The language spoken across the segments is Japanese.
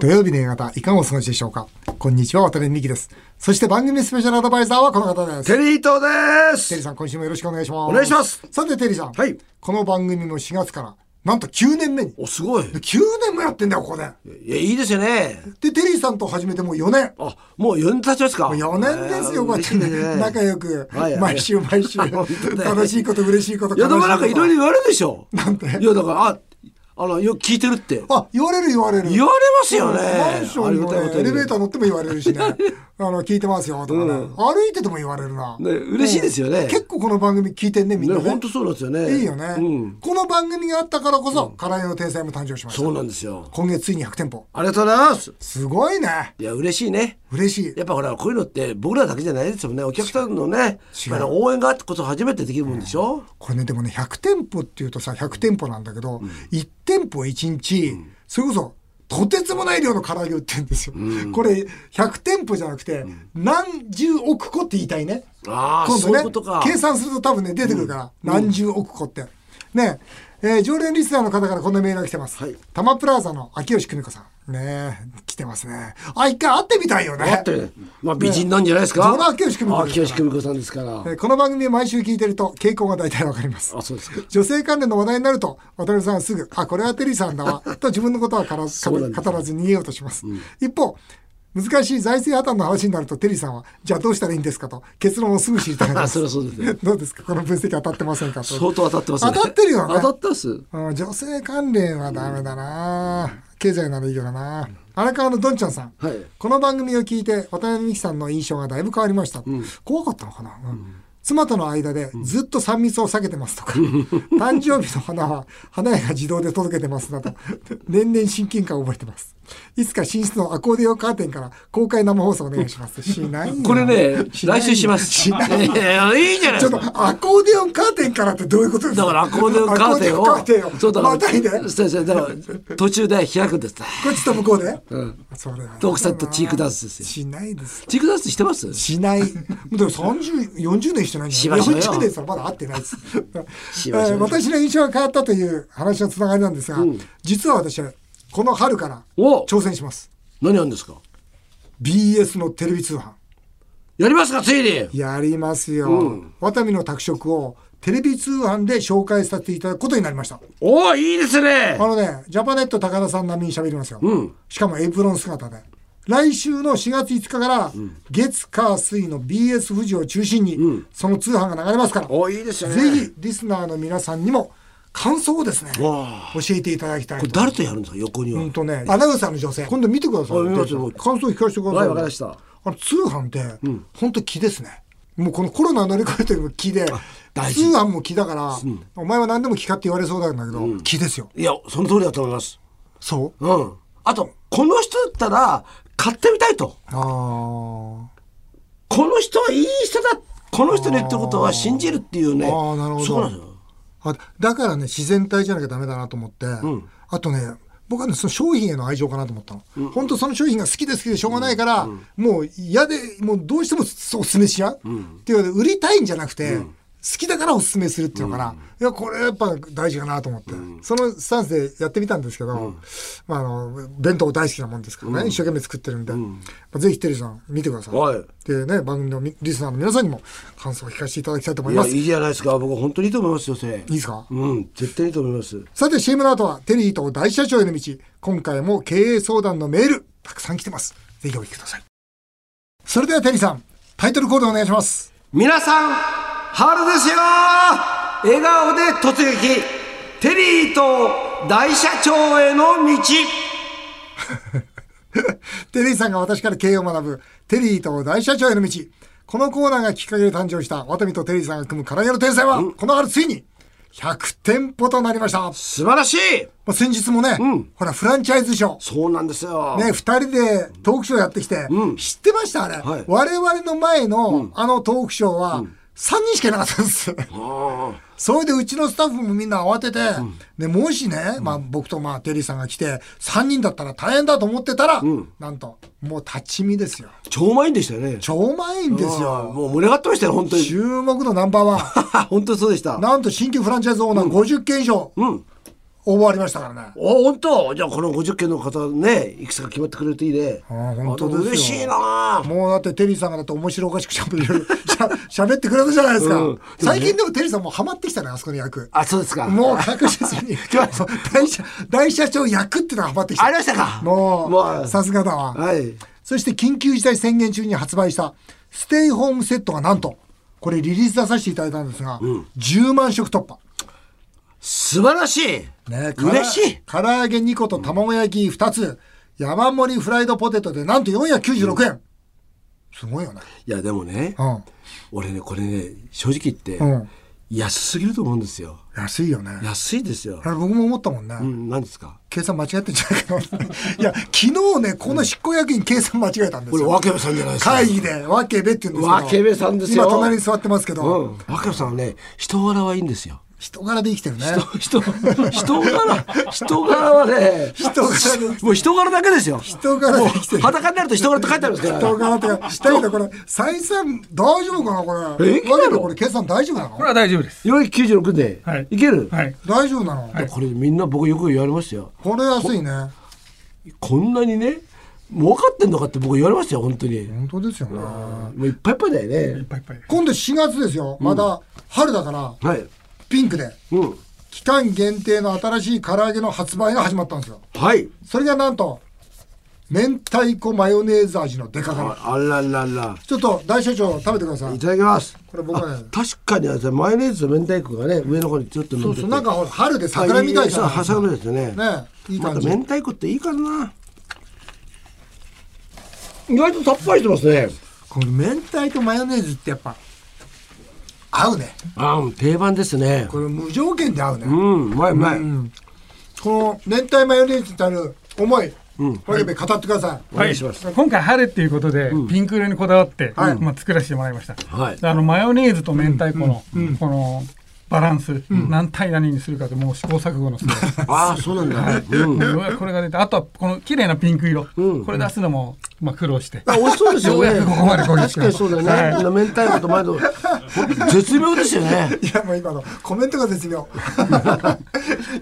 土曜日の夕方、いかがお過ごしでしょうかこんにちは、渡辺美希です。そして番組スペシャルアドバイザーはこの方です。テリートでテリーすさん、今週もよろしくお願いします。お願いしますさて、テリーさん。はいこの番組も4月から、なんと9年目に。お、すごい。 9年もやってんだよ、ここで。いや、いいですよね。で、テリーさんと始めてもう4年。あ、もう4年経ちますか4年ですよ、こうやってね、仲良くはいは、い毎週毎週、 本当だよ楽しいこと、嬉しいこと、いや、でもなん悲かしいいころいろ言われるでしょ。なんていや、だから、あ、あの、よく聞いてるって。と。あ、言われる言われる。言われますよね。マンションの、ありがたいこねと、にエレベーター乗っても言われる しね。あの、聞いてますよ、とかね、歩いてても言われるな。ね嬉しいですよねうん結構この番組聞いてんね、みんな、ね、ね。本当そうなんですよね。いいよね、うん。この番組があったからこそ、カラエの天才も誕生しましそうた。なんですよ。今月ついに100店舗。ありがとうございます。すごいね。いや、嬉しいね。嬉しい。やっぱほら、こういうのって僕らだけじゃないですよね。お客さんのね、違うあの応援があってこそ初めてできるもんでしょ。これね、でもね、100店舗っていうとさ、100店舗なんだけど、1店舗1日、それこそ、とてつもない量の唐揚げ売ってるんですよ。これ、100店舗じゃなくて、何十億個って言いたいね。ああ、今そういうこ度とねか。計算すると多分ね出てくるから、何十億個ってねええー常連リスナーの方からこんなメールが来てます、はいタマプラザの秋吉久美子さんねえ来てますねあ一回会ってみたいよねだって、まあ美人なんじゃないですか。それは清志久美子あですから清志久美子さんですからえ。ーこの番組を毎週聞いてると傾向が大体わかりますあ、そうですか。女性関連の話題になると渡辺さんはすぐ「あこれはテリーさんだ わ」と自分のことはからずそうなんです語らず逃げようとします、一方難しい財政破綻の話になるとテリーさんは「じゃあどうしたらいいんですか?」と結論をすぐ知りたいで あ、すそりゃそうですね。 どうですかこの分析当たってませんかと相当当たってますね。当たってるよね当たってます。うん女性関連はダメだな、経済ならいいよな荒川のどんちゃんさん、はいこの番組を聞いて渡辺美樹さんの印象がだいぶ変わりました、怖かったのかな、うん妻との間でずっと3密を避けてますとか、 誕生日の花は花屋が自動で届けてますなど、年々親近感を覚えてます。いつか寝室のアコーディオンカーテンから公開生放送お願いします。しないよこれね、しない来よ週します。しないいやいやいいじゃないちでょっすか。とアコーディオンカーテンからってどういうことですかだからアコーディオンカーテンアコーディオンカーを、テンそうだまたいでから、そうそうだから途中で開くんです。こっちと向こうで、うんそれと奥さんとチークダンスですよしないですチークダンスしてます？しないでも30、40年してないんじしゃないましょうよ40年したらまだ会ってないです、え しましょうー私の印象が変わったという話のつながりなんですが、実は私はこの春からお挑戦します何なんですか？ BS のテレビ通販やりますかついに。やりますよ、うんワタミの拓殖をテレビ通販で紹介させていただくことになりましたおおいいですねあ。のねジャパネット高田さん並みに喋りますよ、うん。しかもエプロン姿で。来週の4月5日から、月、火、水の BS 富士を中心に、その通販が流れますから、おいいですよね。ぜひリスナーの皆さんにも感想をですね、教わあ。えていただきたいこれと。誰とやるんですか横には。うんとね、アナウンサーの女性、今度見てくださいあ見ますよ。感想を聞かせてください。はいわかりましたあの通販って、本当気ですね。もうこのコロナ乗り越えても気で、大通事販も気だから、お前は何でも気かって言われそうなんだけど、気ですよ。いやその通りだと思います。そううん。あとこの人だったら買ってみたいと。ああ。この人はいい人だこの人の言ってることは信じるっていうねあーなるほどそうなんですよあだからね自然体じゃなきゃダメだなと思って、あとね僕はねその商品への愛情かなと思ったの、本当その商品が好きで好きでしょうがないから、もう嫌でもうどうしてもそうおすすめしちゃう、っていうので売りたいんじゃなくて、好きだからおすすめするっていうのかな、いやこれやっぱ大事かなと思って、そのスタンスでやってみたんですけど、まあ、あの弁当大好きなもんですからね、一生懸命作ってるんで、まあ、ぜひテレビさん見てください、はいでね番組のみリスナーの皆さんにも感想を聞かせていただきたいと思いいまやすいいじゃないですか僕本当にいいと思いますよそれいいですかうん絶対いいと思いますさて CM の後はテリーと大社長への道今回も経営相談のメールたくさん来てますぜひお聞きくださいそれではテリーさんタイトルコールお願いします皆さん春ですよ笑顔で突撃テリーと大社長への道テリーさんが私から経営を学ぶテリーと大社長への道このコーナーがきっかけで誕生したワタミとテリーさんが組む唐揚げの天才は、この春ついに100店舗となりました、ま素晴らしいあ、先日もね、うんほらフランチャイズショーそうなんですよ、ね、2人でトークショーやってきて、うん知ってましたあれ、はい我々の前の、あのトークショーは、3人しかいなかったん です。あそれでうちのスタッフもみんな慌てて、でもしね、まあ、僕とまあテリーさんが来て3人だったら大変だと思ってたら、なんともう立ち見ですよー超満員でしたよね超満員ですあーよもう盛り上がってましたよ本当に注目のナンバーワン 本当にそうでしたなんと新規フランチャイズオーナー50件以上、うん応募ありましたからね。お本当じゃあこの50件の方ねいくつか決まってくれるといいねあ本当ですよあ嬉しいなもうだってテリーさんがだって面白おかしくしゃべるしゃしゃべってくれたじゃないですか、うん最近でもテリーさんもうハマってきたねあそこの役あそうですかもう確実 にそう大社大社長役ってのがハマってきたありましたかももううさすがだわ、はいそして緊急事態宣言中に発売したステイホームセットがなんとこれリリース出させていただいたんですが、10万食突破素晴らしい、ねから嬉しい唐揚げ2個と卵焼き2つ山盛りフライドポテトでなんと496円、すごいよねいやでもね、うん俺ねこれね正直言って、うん安すぎると思うんですよ安いよね安いですよあ、れ僕も思ったもんね、うん、何ですか計算間違ってんじゃないかな いや昨日ねこの執行役員計算間違えたんですこれよワケベさんじゃないですか会議でワケベって言うんですけどワケベさんですよ今隣に座ってますけど、うん、ワケベさんはね人柄はいいんですよ 人柄で生きてるね人人柄人柄はね人柄でもう人柄だけですよ人柄で生きてる裸になると人柄って書いてあるんですから人柄ってかしたけどこれ採算大丈夫かなこれ平気だろワケベこれ計算大丈夫なこのれは大丈夫です。よい96で、はいいける、はい。大丈夫なの、これみんな僕よく言われましたよこれ安いねこんなにね儲かってんのかって僕言われましたよ本当に、本当ですよねもういっぱいいっぱいだよいっねぱいいっぱい。今度4月ですよまだ春だから、はいピンクでうん期間限定の新しい唐揚げの発売が始まったんですよはいそれがなんと明太子マヨネーズ味のデカ辛ああらららちょっと大社長食べてくださいいただきますこれ僕はね確かにあれマヨネーズと明太子がね上の方にちょっと乗そっうてそてうなんかほら春で桜みたいじゃそうないはさみですよねねいいま感たじ明太子っていいからな意外とさっぱりしてますねこの明太とマヨネーズってやっぱ合うねあー定番ですねこれ無条件で合うね、うんうまいうまい、この明太マヨネーズってある思い、これやっぱり語ってください、お願いします今回春っていうことで、ピンク色にこだわって、はいまあ作らせてもらいました。はいあのマヨネーズと明太子の、このバランス、何対何にするかでもう試行錯誤の末。ああそうなんだ、うん、 うわこれが出て、あとはこの綺麗なピンク色、これ出すのも、まあ苦労して。あ美味しそうですよようねやくここまでこぎつ確かけまにしたそうだよね、明太子とマヨネーズ絶妙ですよねいやもう今のコメントが絶 妙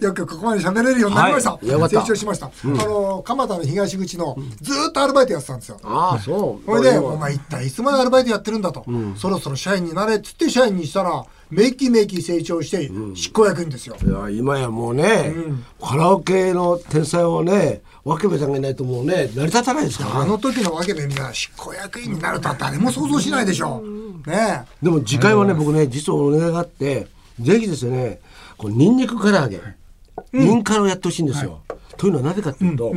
よくここまで喋れるようになりました、はいよかった成長しました、あの蒲田の東口のずーっとアルバイトやってたんですよああそうそれで、お前一体いつまでアルバイトやってるんだと、そろそろ社員になれっつって社員にしたら、めきめき成長して執行役員ですよ。いや今やもうね、カラオケの天才をねわけべさんがいないともうね成り立たないですからあねの時のわけでみんな執行役員になるとは誰も想像しないでしょう。ねでも次回はね僕ね実はお願いがあってぜひですねこうニンニク唐揚げ、ニンカラをやってほしいんですよ、というのはなぜかっていうと、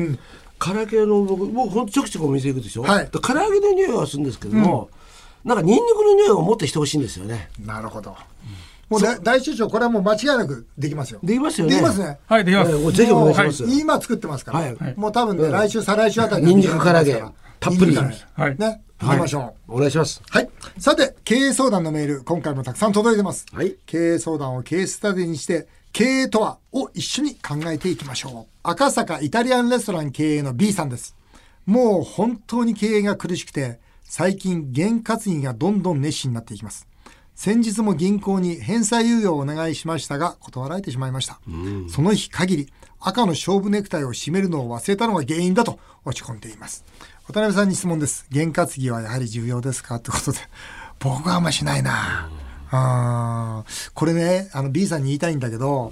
唐揚げの僕もうほんとちょくちょくお店行くでしょ、はいで唐揚げの匂いはするんですけども、なんかニンニクの匂いをもっとしてほしいんですよねえ。なるほど。もうだ大首長、これはもう間違いなくできますよ。できますよねできますね。はい、できます。ええぜひお願いしますもう今作ってますから、はいはいもう多分ね、来週、再来週あたりニンニク唐揚げたっぷにりね、ははいい、ね、行きましょう。お願いしますはい。さて、経営相談のメール、今回もたくさん届いてます。はい経営相談を経営スタディにして、経営とはを一緒に考えていきましょう。赤坂イタリアンレストラン経営の B さんです。もう本当に経営が苦しくて、最近、験担ぎがどんどん熱心になっていきます。先日も銀行に返済猶予をお願いしましたが、断られてしまいました。その日限り、赤の勝負ネクタイを締めるのを忘れたのが原因だと落ち込んでいます。渡辺さんに質問です。験担ぎはやはり重要ですかってことで、僕はあんましないな。あーこれね、あの B さんに言いたいんだけど、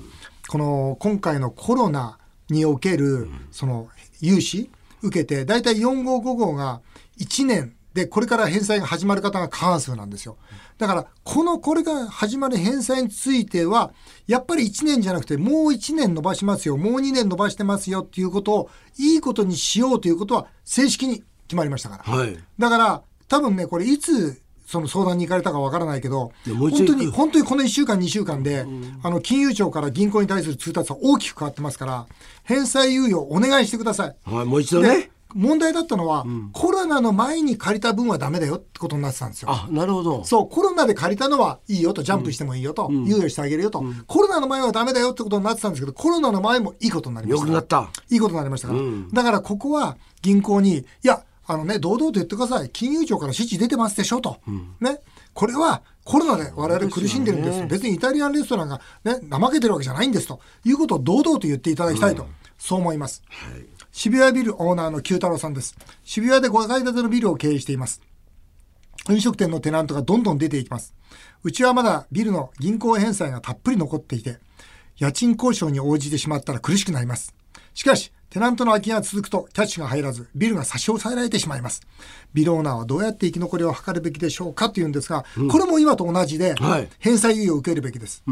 この今回のコロナにおける、その融資受けて、だいたい4号5号が1年で、これから返済が始まる方が過半数なんですよ。だから、このこれが始まる返済については、やっぱり1年じゃなくて、もう1年伸ばしますよ、もう2年伸ばしてますよっていうことを、いいことにしようということは、正式に決まりましたから。はいだから、多分ね、これいつ、その相談に行かれたかわからないけど、いやもう本一当度行くに、本当にこの1週間、2週間で、あの、金融庁から銀行に対する通達は大きく変わってますから、返済猶予お願いしてください。はいもう一度ねで問題だったのは、コロナの前に借りた分はダメだよってことになってたんですよ。あなるほどそう、コロナで借りたのはいいよと、ジャンプしてもいいよと、猶予してあげるよと、コロナの前はダメだよってことになってたんですけど、コロナの前もいいことになりまよしたくから。なったいいことになりましたから。だからここは銀行に、いや、あのね、堂々と言ってください。金融庁から指示出てますでしょと。ね。これはコロナで我々苦しんでるんですそうですよね別にイタリアンレストランが、ね、怠けてるわけじゃないんですということを堂々と言っていただきたいと、そう思います、渋谷ビルオーナーの九太郎さんです渋谷で5階建てのビルを経営しています飲食店のテナントがどんどん出ていきます。うちはまだビルの銀行返済がたっぷり残っていて、家賃交渉に応じてしまったら苦しくなります。しかし、テナントの空きが続くとキャッシュが入らず、ビルが差し押さえられてしまいます。ビルオーナーはどうやって生き残りを図るべきでしょうかというんですが、これも今と同じではい、返済猶予を受けるべきです。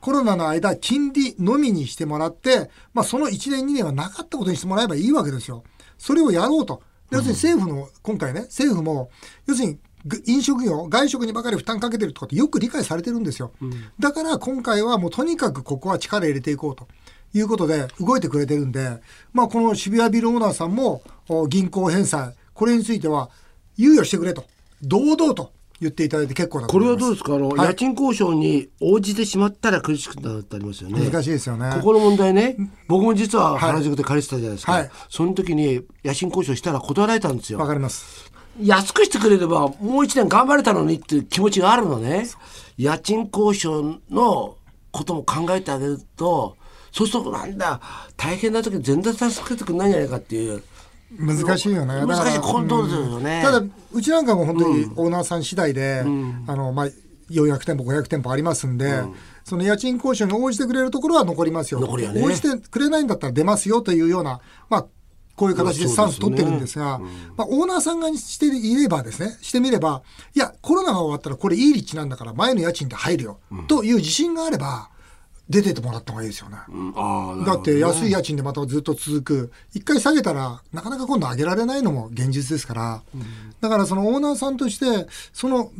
コロナの間、金利のみにしてもらって、まあ、その1年2年はなかったことにしてもらえばいいわけですよ。それをやろうと。要するに政府の、今回ね、政府も、要するにぐ飲食業、外食にばかり負担かけてるとかってよく理解されてるんですよ。だから今回はもうとにかくここは力入れていこうということで動いてくれてるんで、まあこの渋谷ビルオーナーさんもお銀行返済、これについては猶予してくれと、堂々と言っていただいて結構だとこ思れいまはす。どうですかあの、はい家賃交渉に応じてしまったら苦しくなるってありますよね難しいですよね。ここの問題ね僕も実は原宿で借りてたじゃないですか、はいその時に家賃交渉したら断られたんですよわかります。安くしてくれればもう一年頑張れたのにっていう気持ちがあるのね家賃交渉のことも考えてあげるとそうするとなんだ大変な時全然助けてくれないんじゃないかっていう難しいよね。だから難しい混沌ですよね、ただうちなんかも本当にオーナーさん次第で、あのまあ400店舗500店舗ありますんで、その家賃交渉に応じてくれるところは残りますよ残るよね応じてくれないんだったら出ますよというようなまあこういう形でスタンス取ってるんですが、まあ、オーナーさんがしていればですね、してみれば、いや、コロナが終わったらこれいい立地なんだから前の家賃で入るよ、という自信があれば、出てってもらった方がいいですよね。あだって安い家賃でまたずっと続く一回下げたらなかなか今度上げられないのも現実ですから、だからそのオーナーさんとしてその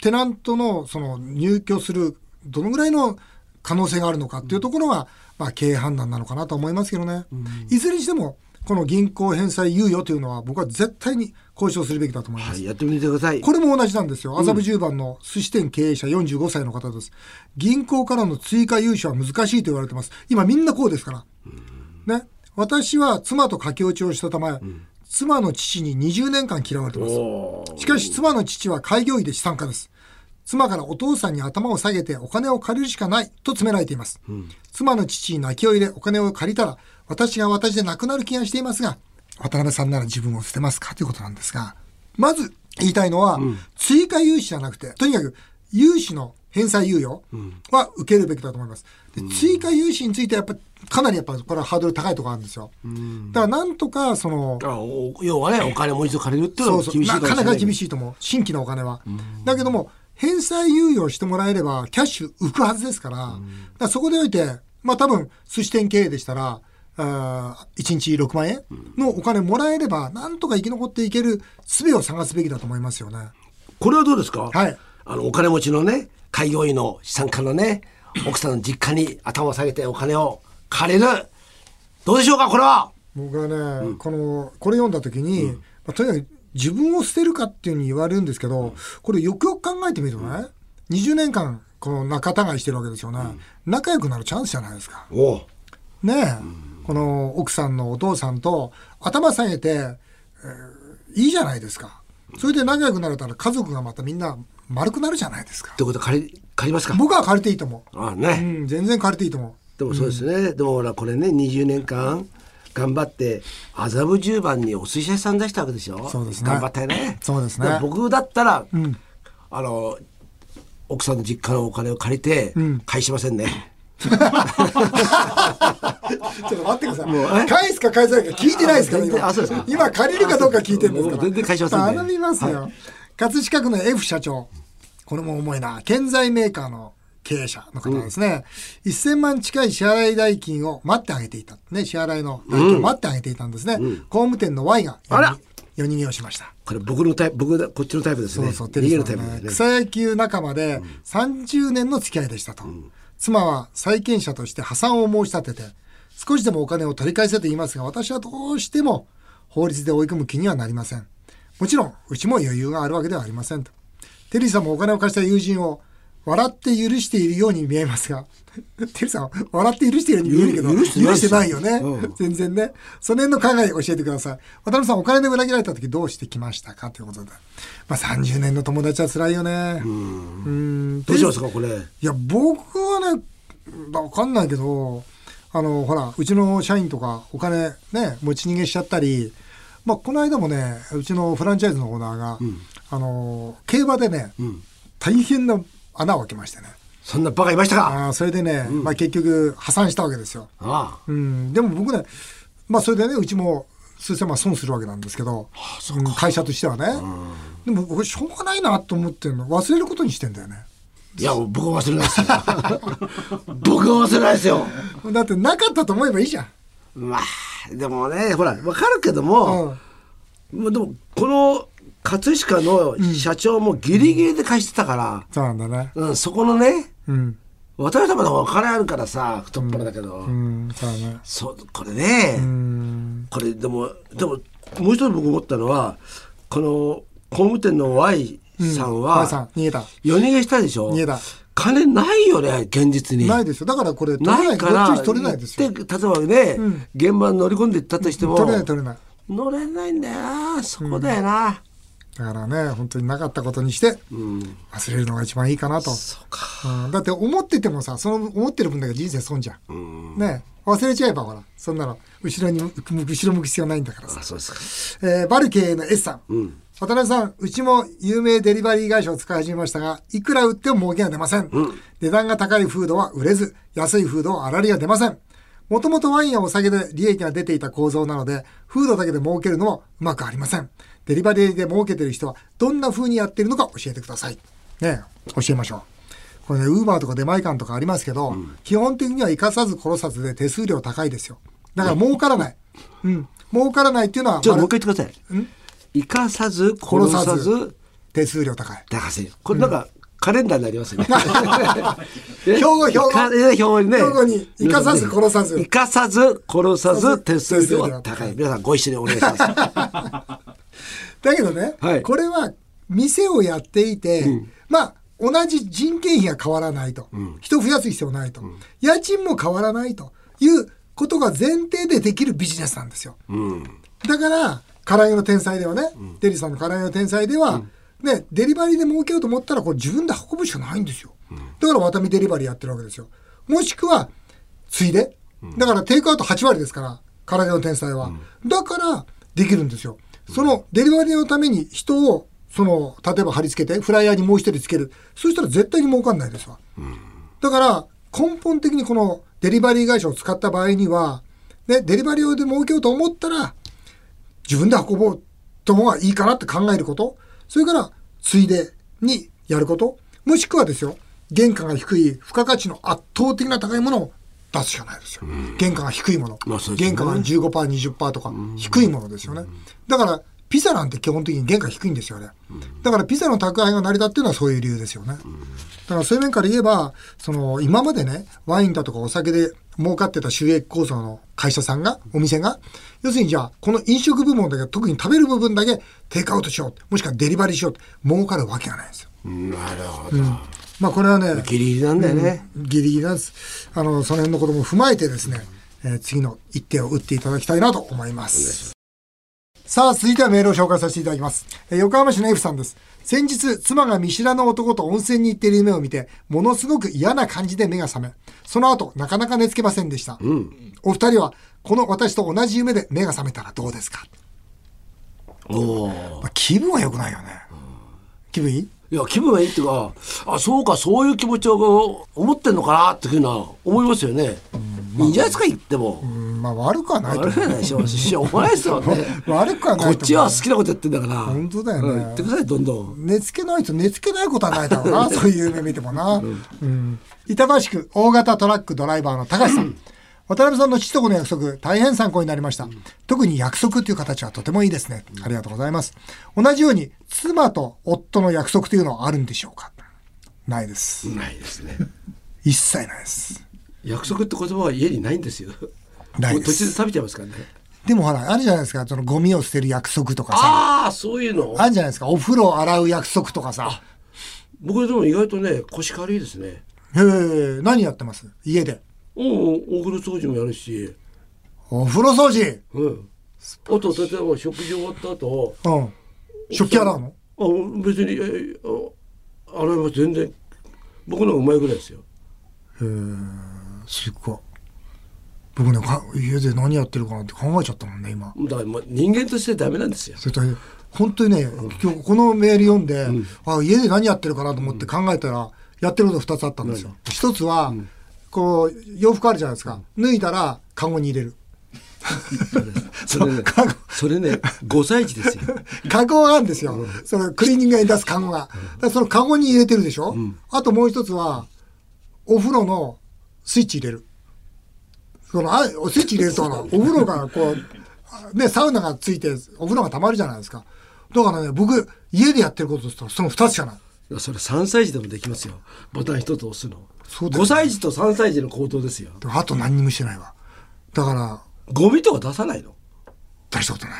テナントのその入居するどのぐらいの可能性があるのかっていうところが、まあ、経営判断なのかなと思いますけどね、いずれにしてもこの銀行返済猶予というのは僕は絶対に交渉するべきだと思います。はいやってみてくださいこれも同じなんですよ。麻布十番の寿司店経営者45歳の方です。銀行からの追加融資は難しいと言われてます。今みんなこうですから。ね。私は妻と駆け落ちをしたため、妻の父に20年間嫌われてます。おーしかし妻の父は開業医で資産家です。妻からお父さんに頭を下げてお金を借りるしかないと詰められています。妻の父に泣きを入れお金を借りたら私が私でなくなる気がしていますが、渡辺さんなら自分を捨てますかということなんですが、まず言いたいのは、追加融資じゃなくて、とにかく融資の返済猶予は受けるべきだと思います。で追加融資についてはやっぱかなりやっぱこれはハードル高いところあるんですよ。だからなんとかその、あお要はねお金もう一度借りるっていうのそはうそう厳しいなかなか厳いしいと思う新規のお金は、だけども返済猶予してもらえればキャッシュ浮くはずですから,、そこでおいてまあ多分寿司店経営でしたらあ1日6万円のお金もらえればなんとか生き残っていける術を探すべきだと思いますよね。これはどうですかはいあのお金持ちのね開業医の資産家のね奥さんの実家に頭を下げてお金を借りるどうでしょうかこれは僕はね、このこれ読んだ時に、まあ、とにかく自分を捨てるかっていうふうに言われるんですけど、これよくよく考えてみるとね、20年間この仲違いしてるわけですよね、仲良くなるチャンスじゃないですか。おうねえ、この奥さんのお父さんと頭下げて、えーいいじゃないですか。それで仲良くなれたら家族がまたみんな丸くなるじゃないですか。ということで借り借りますか僕は借りていいと思ああう。うね、ん、全然借りていいと思でもそうですね、でもほらこれね20年間頑張って麻布十番にお寿司屋さん出したわけでしょそうですね頑張ったよねそうですねだから僕だったら、あの奥さんの実家のお金を借りて、返しませんねう。 ちょっと待ってくださもうえい。返すか返さないか聞いてないですから、あ全然あそうです今か。今借りるかどうか聞いてるんですから。もう全然返しませんね頼みますよ。葛飾区の F 社長。これも重いな。建材メーカーの経営者の方ですね。1000万近い支払い代金を待ってあげていた。ね、支払いの代金を待ってあげていたんですね。工務店の Y があら夜逃げをしました。これ僕のタイプ僕だこっちのタイプですねそうそう、テ逃げレるビタさイんプはですね。ね草野球仲間で30年の付き合いでしたと。妻は債権者として破産を申し立てて、少しでもお金を取り返せと言いますが、私はどうしても法律で追い込む気にはなりません。もちろん、うちも余裕があるわけではありませんと。テリーさんもお金を貸した友人を笑って許しているように見えますが、 てるさん、笑って許しているように見えるけど、許許してないしてないよね。うん全然ね。その辺の考え教えてください。渡辺さん、お金で裏切られた時どうしてきましたかということで。まあ30年の友達は辛いよね。うん。どうしますかこれ。いや、僕はね、わかんないけど、あの、ほら、うちの社員とかお金ね、持ち逃げしちゃったり、まあ、この間もね、うちのフランチャイズのオーナーが、あの、競馬でね、うん。大変な穴を開けましてね。そんなバカいましたか。ああ、それでね、まあ、結局破産したわけですよ。あうん、でも僕ね、まあ、それでね、うちも数千万損するわけなんですけど、うん会社としてはね。でも、僕、しょうがないなと思ってるの、忘れることにしてんだよね。あ。いや僕は忘れないですよ。 僕は忘れないですよ。だって、なかったと思えばいいじゃん。まあでもねほらわかるけども、まあでもこの葛飾の社長もギリギリで貸してたから、そうなんだね。うんそこのねうん。渡辺様の方がお金あるからさ太っ腹だけど、うん、そうだね。そうこれね、うん。これでもでももう一つ僕思ったのはこの工務店の Y さんお母は、さん、逃げた。夜逃げしたでしょ逃げた金ないよね現実にないですよ。だからこれ、取れなないい、どかっちらみち取れないですよ。で例えばね、うん現場に乗り込んでいったとしても取れない、取れない。乗れないんだよなそこだよな、だからね、本当になかったことにして、忘れるのが一番いいかなと。そうかうんだって思っててもさその思ってる分だけ人生損じゃん、ねえ忘れちゃえばほらそんなの後ろに向く後ろ向く必要ないんだからさあ、そうですえーバルケーの S さん、ん渡辺さんうちも有名デリバリー会社を使い始めましたがいくら売っても儲けが出ません、値段が高いフードは売れず安いフードはあらりが出ませんもともとワインやお酒で利益が出ていた構造なので、フードだけで儲けるのはうまくありません。デリバリーで儲けてる人はどんな風にやってるのか教えてください。ねえ教えましょう。これね、ウーバーとか出前館とかありますけど、基本的には生かさず殺さずで手数料高いですよ。だから儲からない。うん。儲からないっていうのは、ちょっともうま一回言ってください生かさず殺殺ささずずあ手数料高い。出せるこれなんか、カレンダーになりますね。 標語 標語かね標語にね。標語に生かさず殺さず生かさず、殺さず、手数料手数料は高い。皆さんご一緒にお願いします。だけどね、はいこれは店をやっていて、まあ、同じ人件費が変わらないと、人増やす必要ないと、家賃も変わらないということが前提でできるビジネスなんですよ。だから、唐揚げの天才ではね、デリさんの唐揚げの天才では、ね、デリバリーで儲けようと思ったら、これ自分で運ぶしかないんですよ。だから、ワタミデリバリーやってるわけですよ。もしくは、ついで。だから、テイクアウト8割ですから、唐揚げの天才は。だから、できるんですよ。そのデリバリーのために人を、その、例えば貼り付けて、フライヤーにもう一人つける。そうしたら絶対に儲かんないですわ。だから根本的にこのデリバリー会社を使った場合には、ね、デリバリーで儲けようと思ったら自分で運ぼうと方がいいかなって考えることそれからついでにやることもしくはですよ原価が低い付加価値の圧倒的な高いものを出すしかないですよ、原価が低いもの、まあそうです原ね価が 15%20% とか低いものですよね、だからピザなんて基本的に原価低いんですよね、だからピザの宅配が成り立っていうのはそういう理由ですよね、だからそういう面から言えば、その今までね、ワインだとかお酒で儲かってた収益構造の会社さんが、お店が、要するにじゃあ、この飲食部門だけ、特に食べる部分だけテイクアウトしよう、もしくはデリバリーしようって、儲かるわけがないんですよ。なるほど。まあこれはね、ギリギリなんだよね。ギリギリなんです。あの、その辺のことも踏まえてですね、えー次の一手を打っていただきたいなと思います。さあ、続いてはメールを紹介させていただきます。えー横浜市の F さんです。先日、妻が見知らぬ男と温泉に行っている夢を見て、ものすごく嫌な感じで目が覚め、その後、なかなか寝つけませんでした。お二人は、この私と同じ夢で目が覚めたらどうですか、おお。まあ気分は良くないよね。気分いいいや、気分がいいっていうか、あ、そうか、そういう気持ちを思ってんのかなっていうふうな思いますよね。いいんじゃないですか、言っても。うんまあ悪くはないとあれ思じゃないでしょ。しょうがないですよね。う。 悪くはないとこ思っうちは好きなことやってんだから。本当だよねうん言ってください、どんどん。寝つけないと寝つけないことはないだろうなそういう夢見てもな、うん、板橋区大型トラックドライバーの高橋さん渡辺さんの父と子の約束大変参考になりました、特に約束という形はとてもいいですね、ありがとうございます同じように妻と夫の約束というのはあるんでしょうかないですないですね。一切ないです約束って言葉は家にないんですよ。ないもでうす途中で食べちゃいますからね。でもほらあるじゃないですかそのゴミを捨てる約束とかさああ、そういうの。あるじゃないですかお風呂を洗う約束とかさ僕でも意外とね腰軽いですねへえ、何やってます家で。おおお風呂掃除もやるし、お風呂掃除。うん、あと例えば食事終わった後うん。食器洗うのあ別にえあ洗いは全然僕の方がうまいぐらいですよへえ、すっごい。僕ねか、家で何やってるかなって考えちゃったもんね、今。だからまあ人間としてダメなんですよそれと、本当にね、今日このメール読んで、あ、家で何やってるかなと思って考えたら、やってること2つあったんですよ。一つは、こう、洋服あるじゃないですか。脱いだら、カゴに入れる。それねカゴそれね5歳児ですよカゴがあるんですよ。そのクリーニング屋に出すカゴが。だからそのカゴに入れてるでしょ、あともう一つは、お風呂のスイッチ入れる。そのあスイッチ入れるとほら、お風呂がこう、ね、サウナがついて、お風呂が溜まるじゃないですか。だからね、僕、家でやってることとしたらその二つしかない。いやそれ3歳児でもできますよボタン一つ押すの、そうだよ5歳児と3歳児の行動ですよでもあと何にもしてないわ。だから、ゴミとか出さないの大したことない。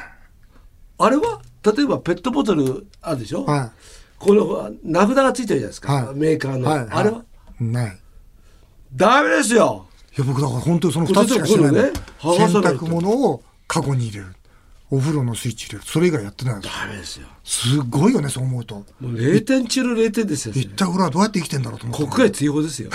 あれは例えばペットボトルあるでしょ、はこの名札がついてるじゃないですか、はいメーカい。ーの、はい。あれはない。いダメですよや、僕だから本当にその二つしかしてないの。これ洗ちょっとこれね剥がさないと濯物をカゴに入れる。お風呂のスイッチ入れる。それ以外やってないです。ダメですよすごいよね、そう思うと。もう0点中の0点ですよ、一体俺はどうやって生きてんだろうと思って。国外追放 ですよ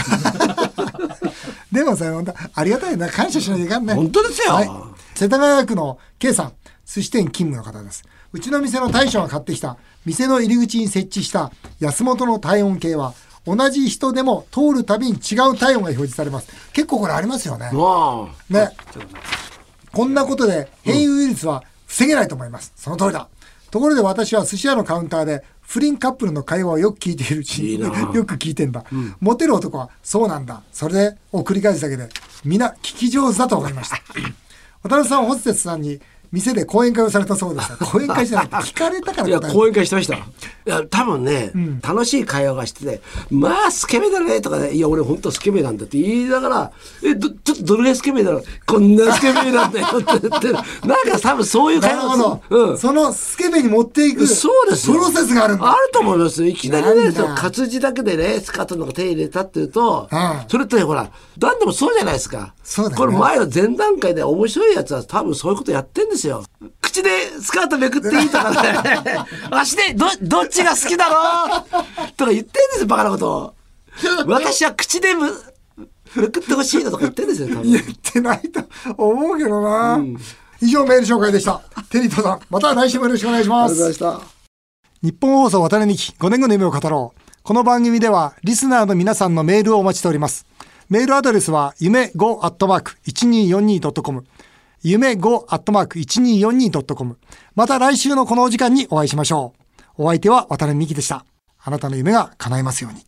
でもさ、本当ありがたいな。感謝しなきゃいかんね。本当ですよはい。世田谷区の K さん、寿司店勤務の方です。うちの店の大将が買ってきた、店の入り口に設置した安本の体温計は、同じ人でも通るたびに違う体温が表示されます。結構これありますよね。もうね。こんなことで変異ウイルスは防げないと思います。その通りだ。ところで私は寿司屋のカウンターで不倫カップルの会話をよく聞いているうちに、いいな よく聞いてんだ、モテる男はそうなんだ。それで、を繰り返すだけで、皆聞き上手だと分かりま した。渡辺さんはホステスさんに店で講演会をされたそうです が。講演会じゃないって聞かれたからいや答え講演会してましたいや多分ね、楽しい会話がしてて「まあスケベだね」とかね「いや俺本当スケベなんだ」って言いながら「えどちょっとどれぐらいスケベだろうこんなスケベなんだよ」って言ってなんか多分そういうな会る話 ほをど、うんそのスケベに持っていくそうですプよロセスがあるんだ。あると思いますよいきなりなねんだその活字だけでねスカートの手入れたっていうと、うんそれってほら何でもそうじゃないですかそうだねこれ前の前段階で面白いやつは多分そういうことやってんですよ口でスカートめくっていいとか ね足でどどっちが好きだろうとか言ってんですよバカなこと を私は口でむめくってほしいのとか言ってんですよ多言っ分てないと思うけどな、以上メール紹介でしたテリートさんまた来週もよろしくお願いしまありがとうございすました日本放送渡辺美希5年後の夢を語ろうこの番組ではリスナーの皆さんのメールをお待ちしておりますメールアドレスは夢 5-1242.com 夢 5-1242.com また来週のこのお時間にお会いしましょうお相手は渡辺美希でしたあなたの夢が叶いますように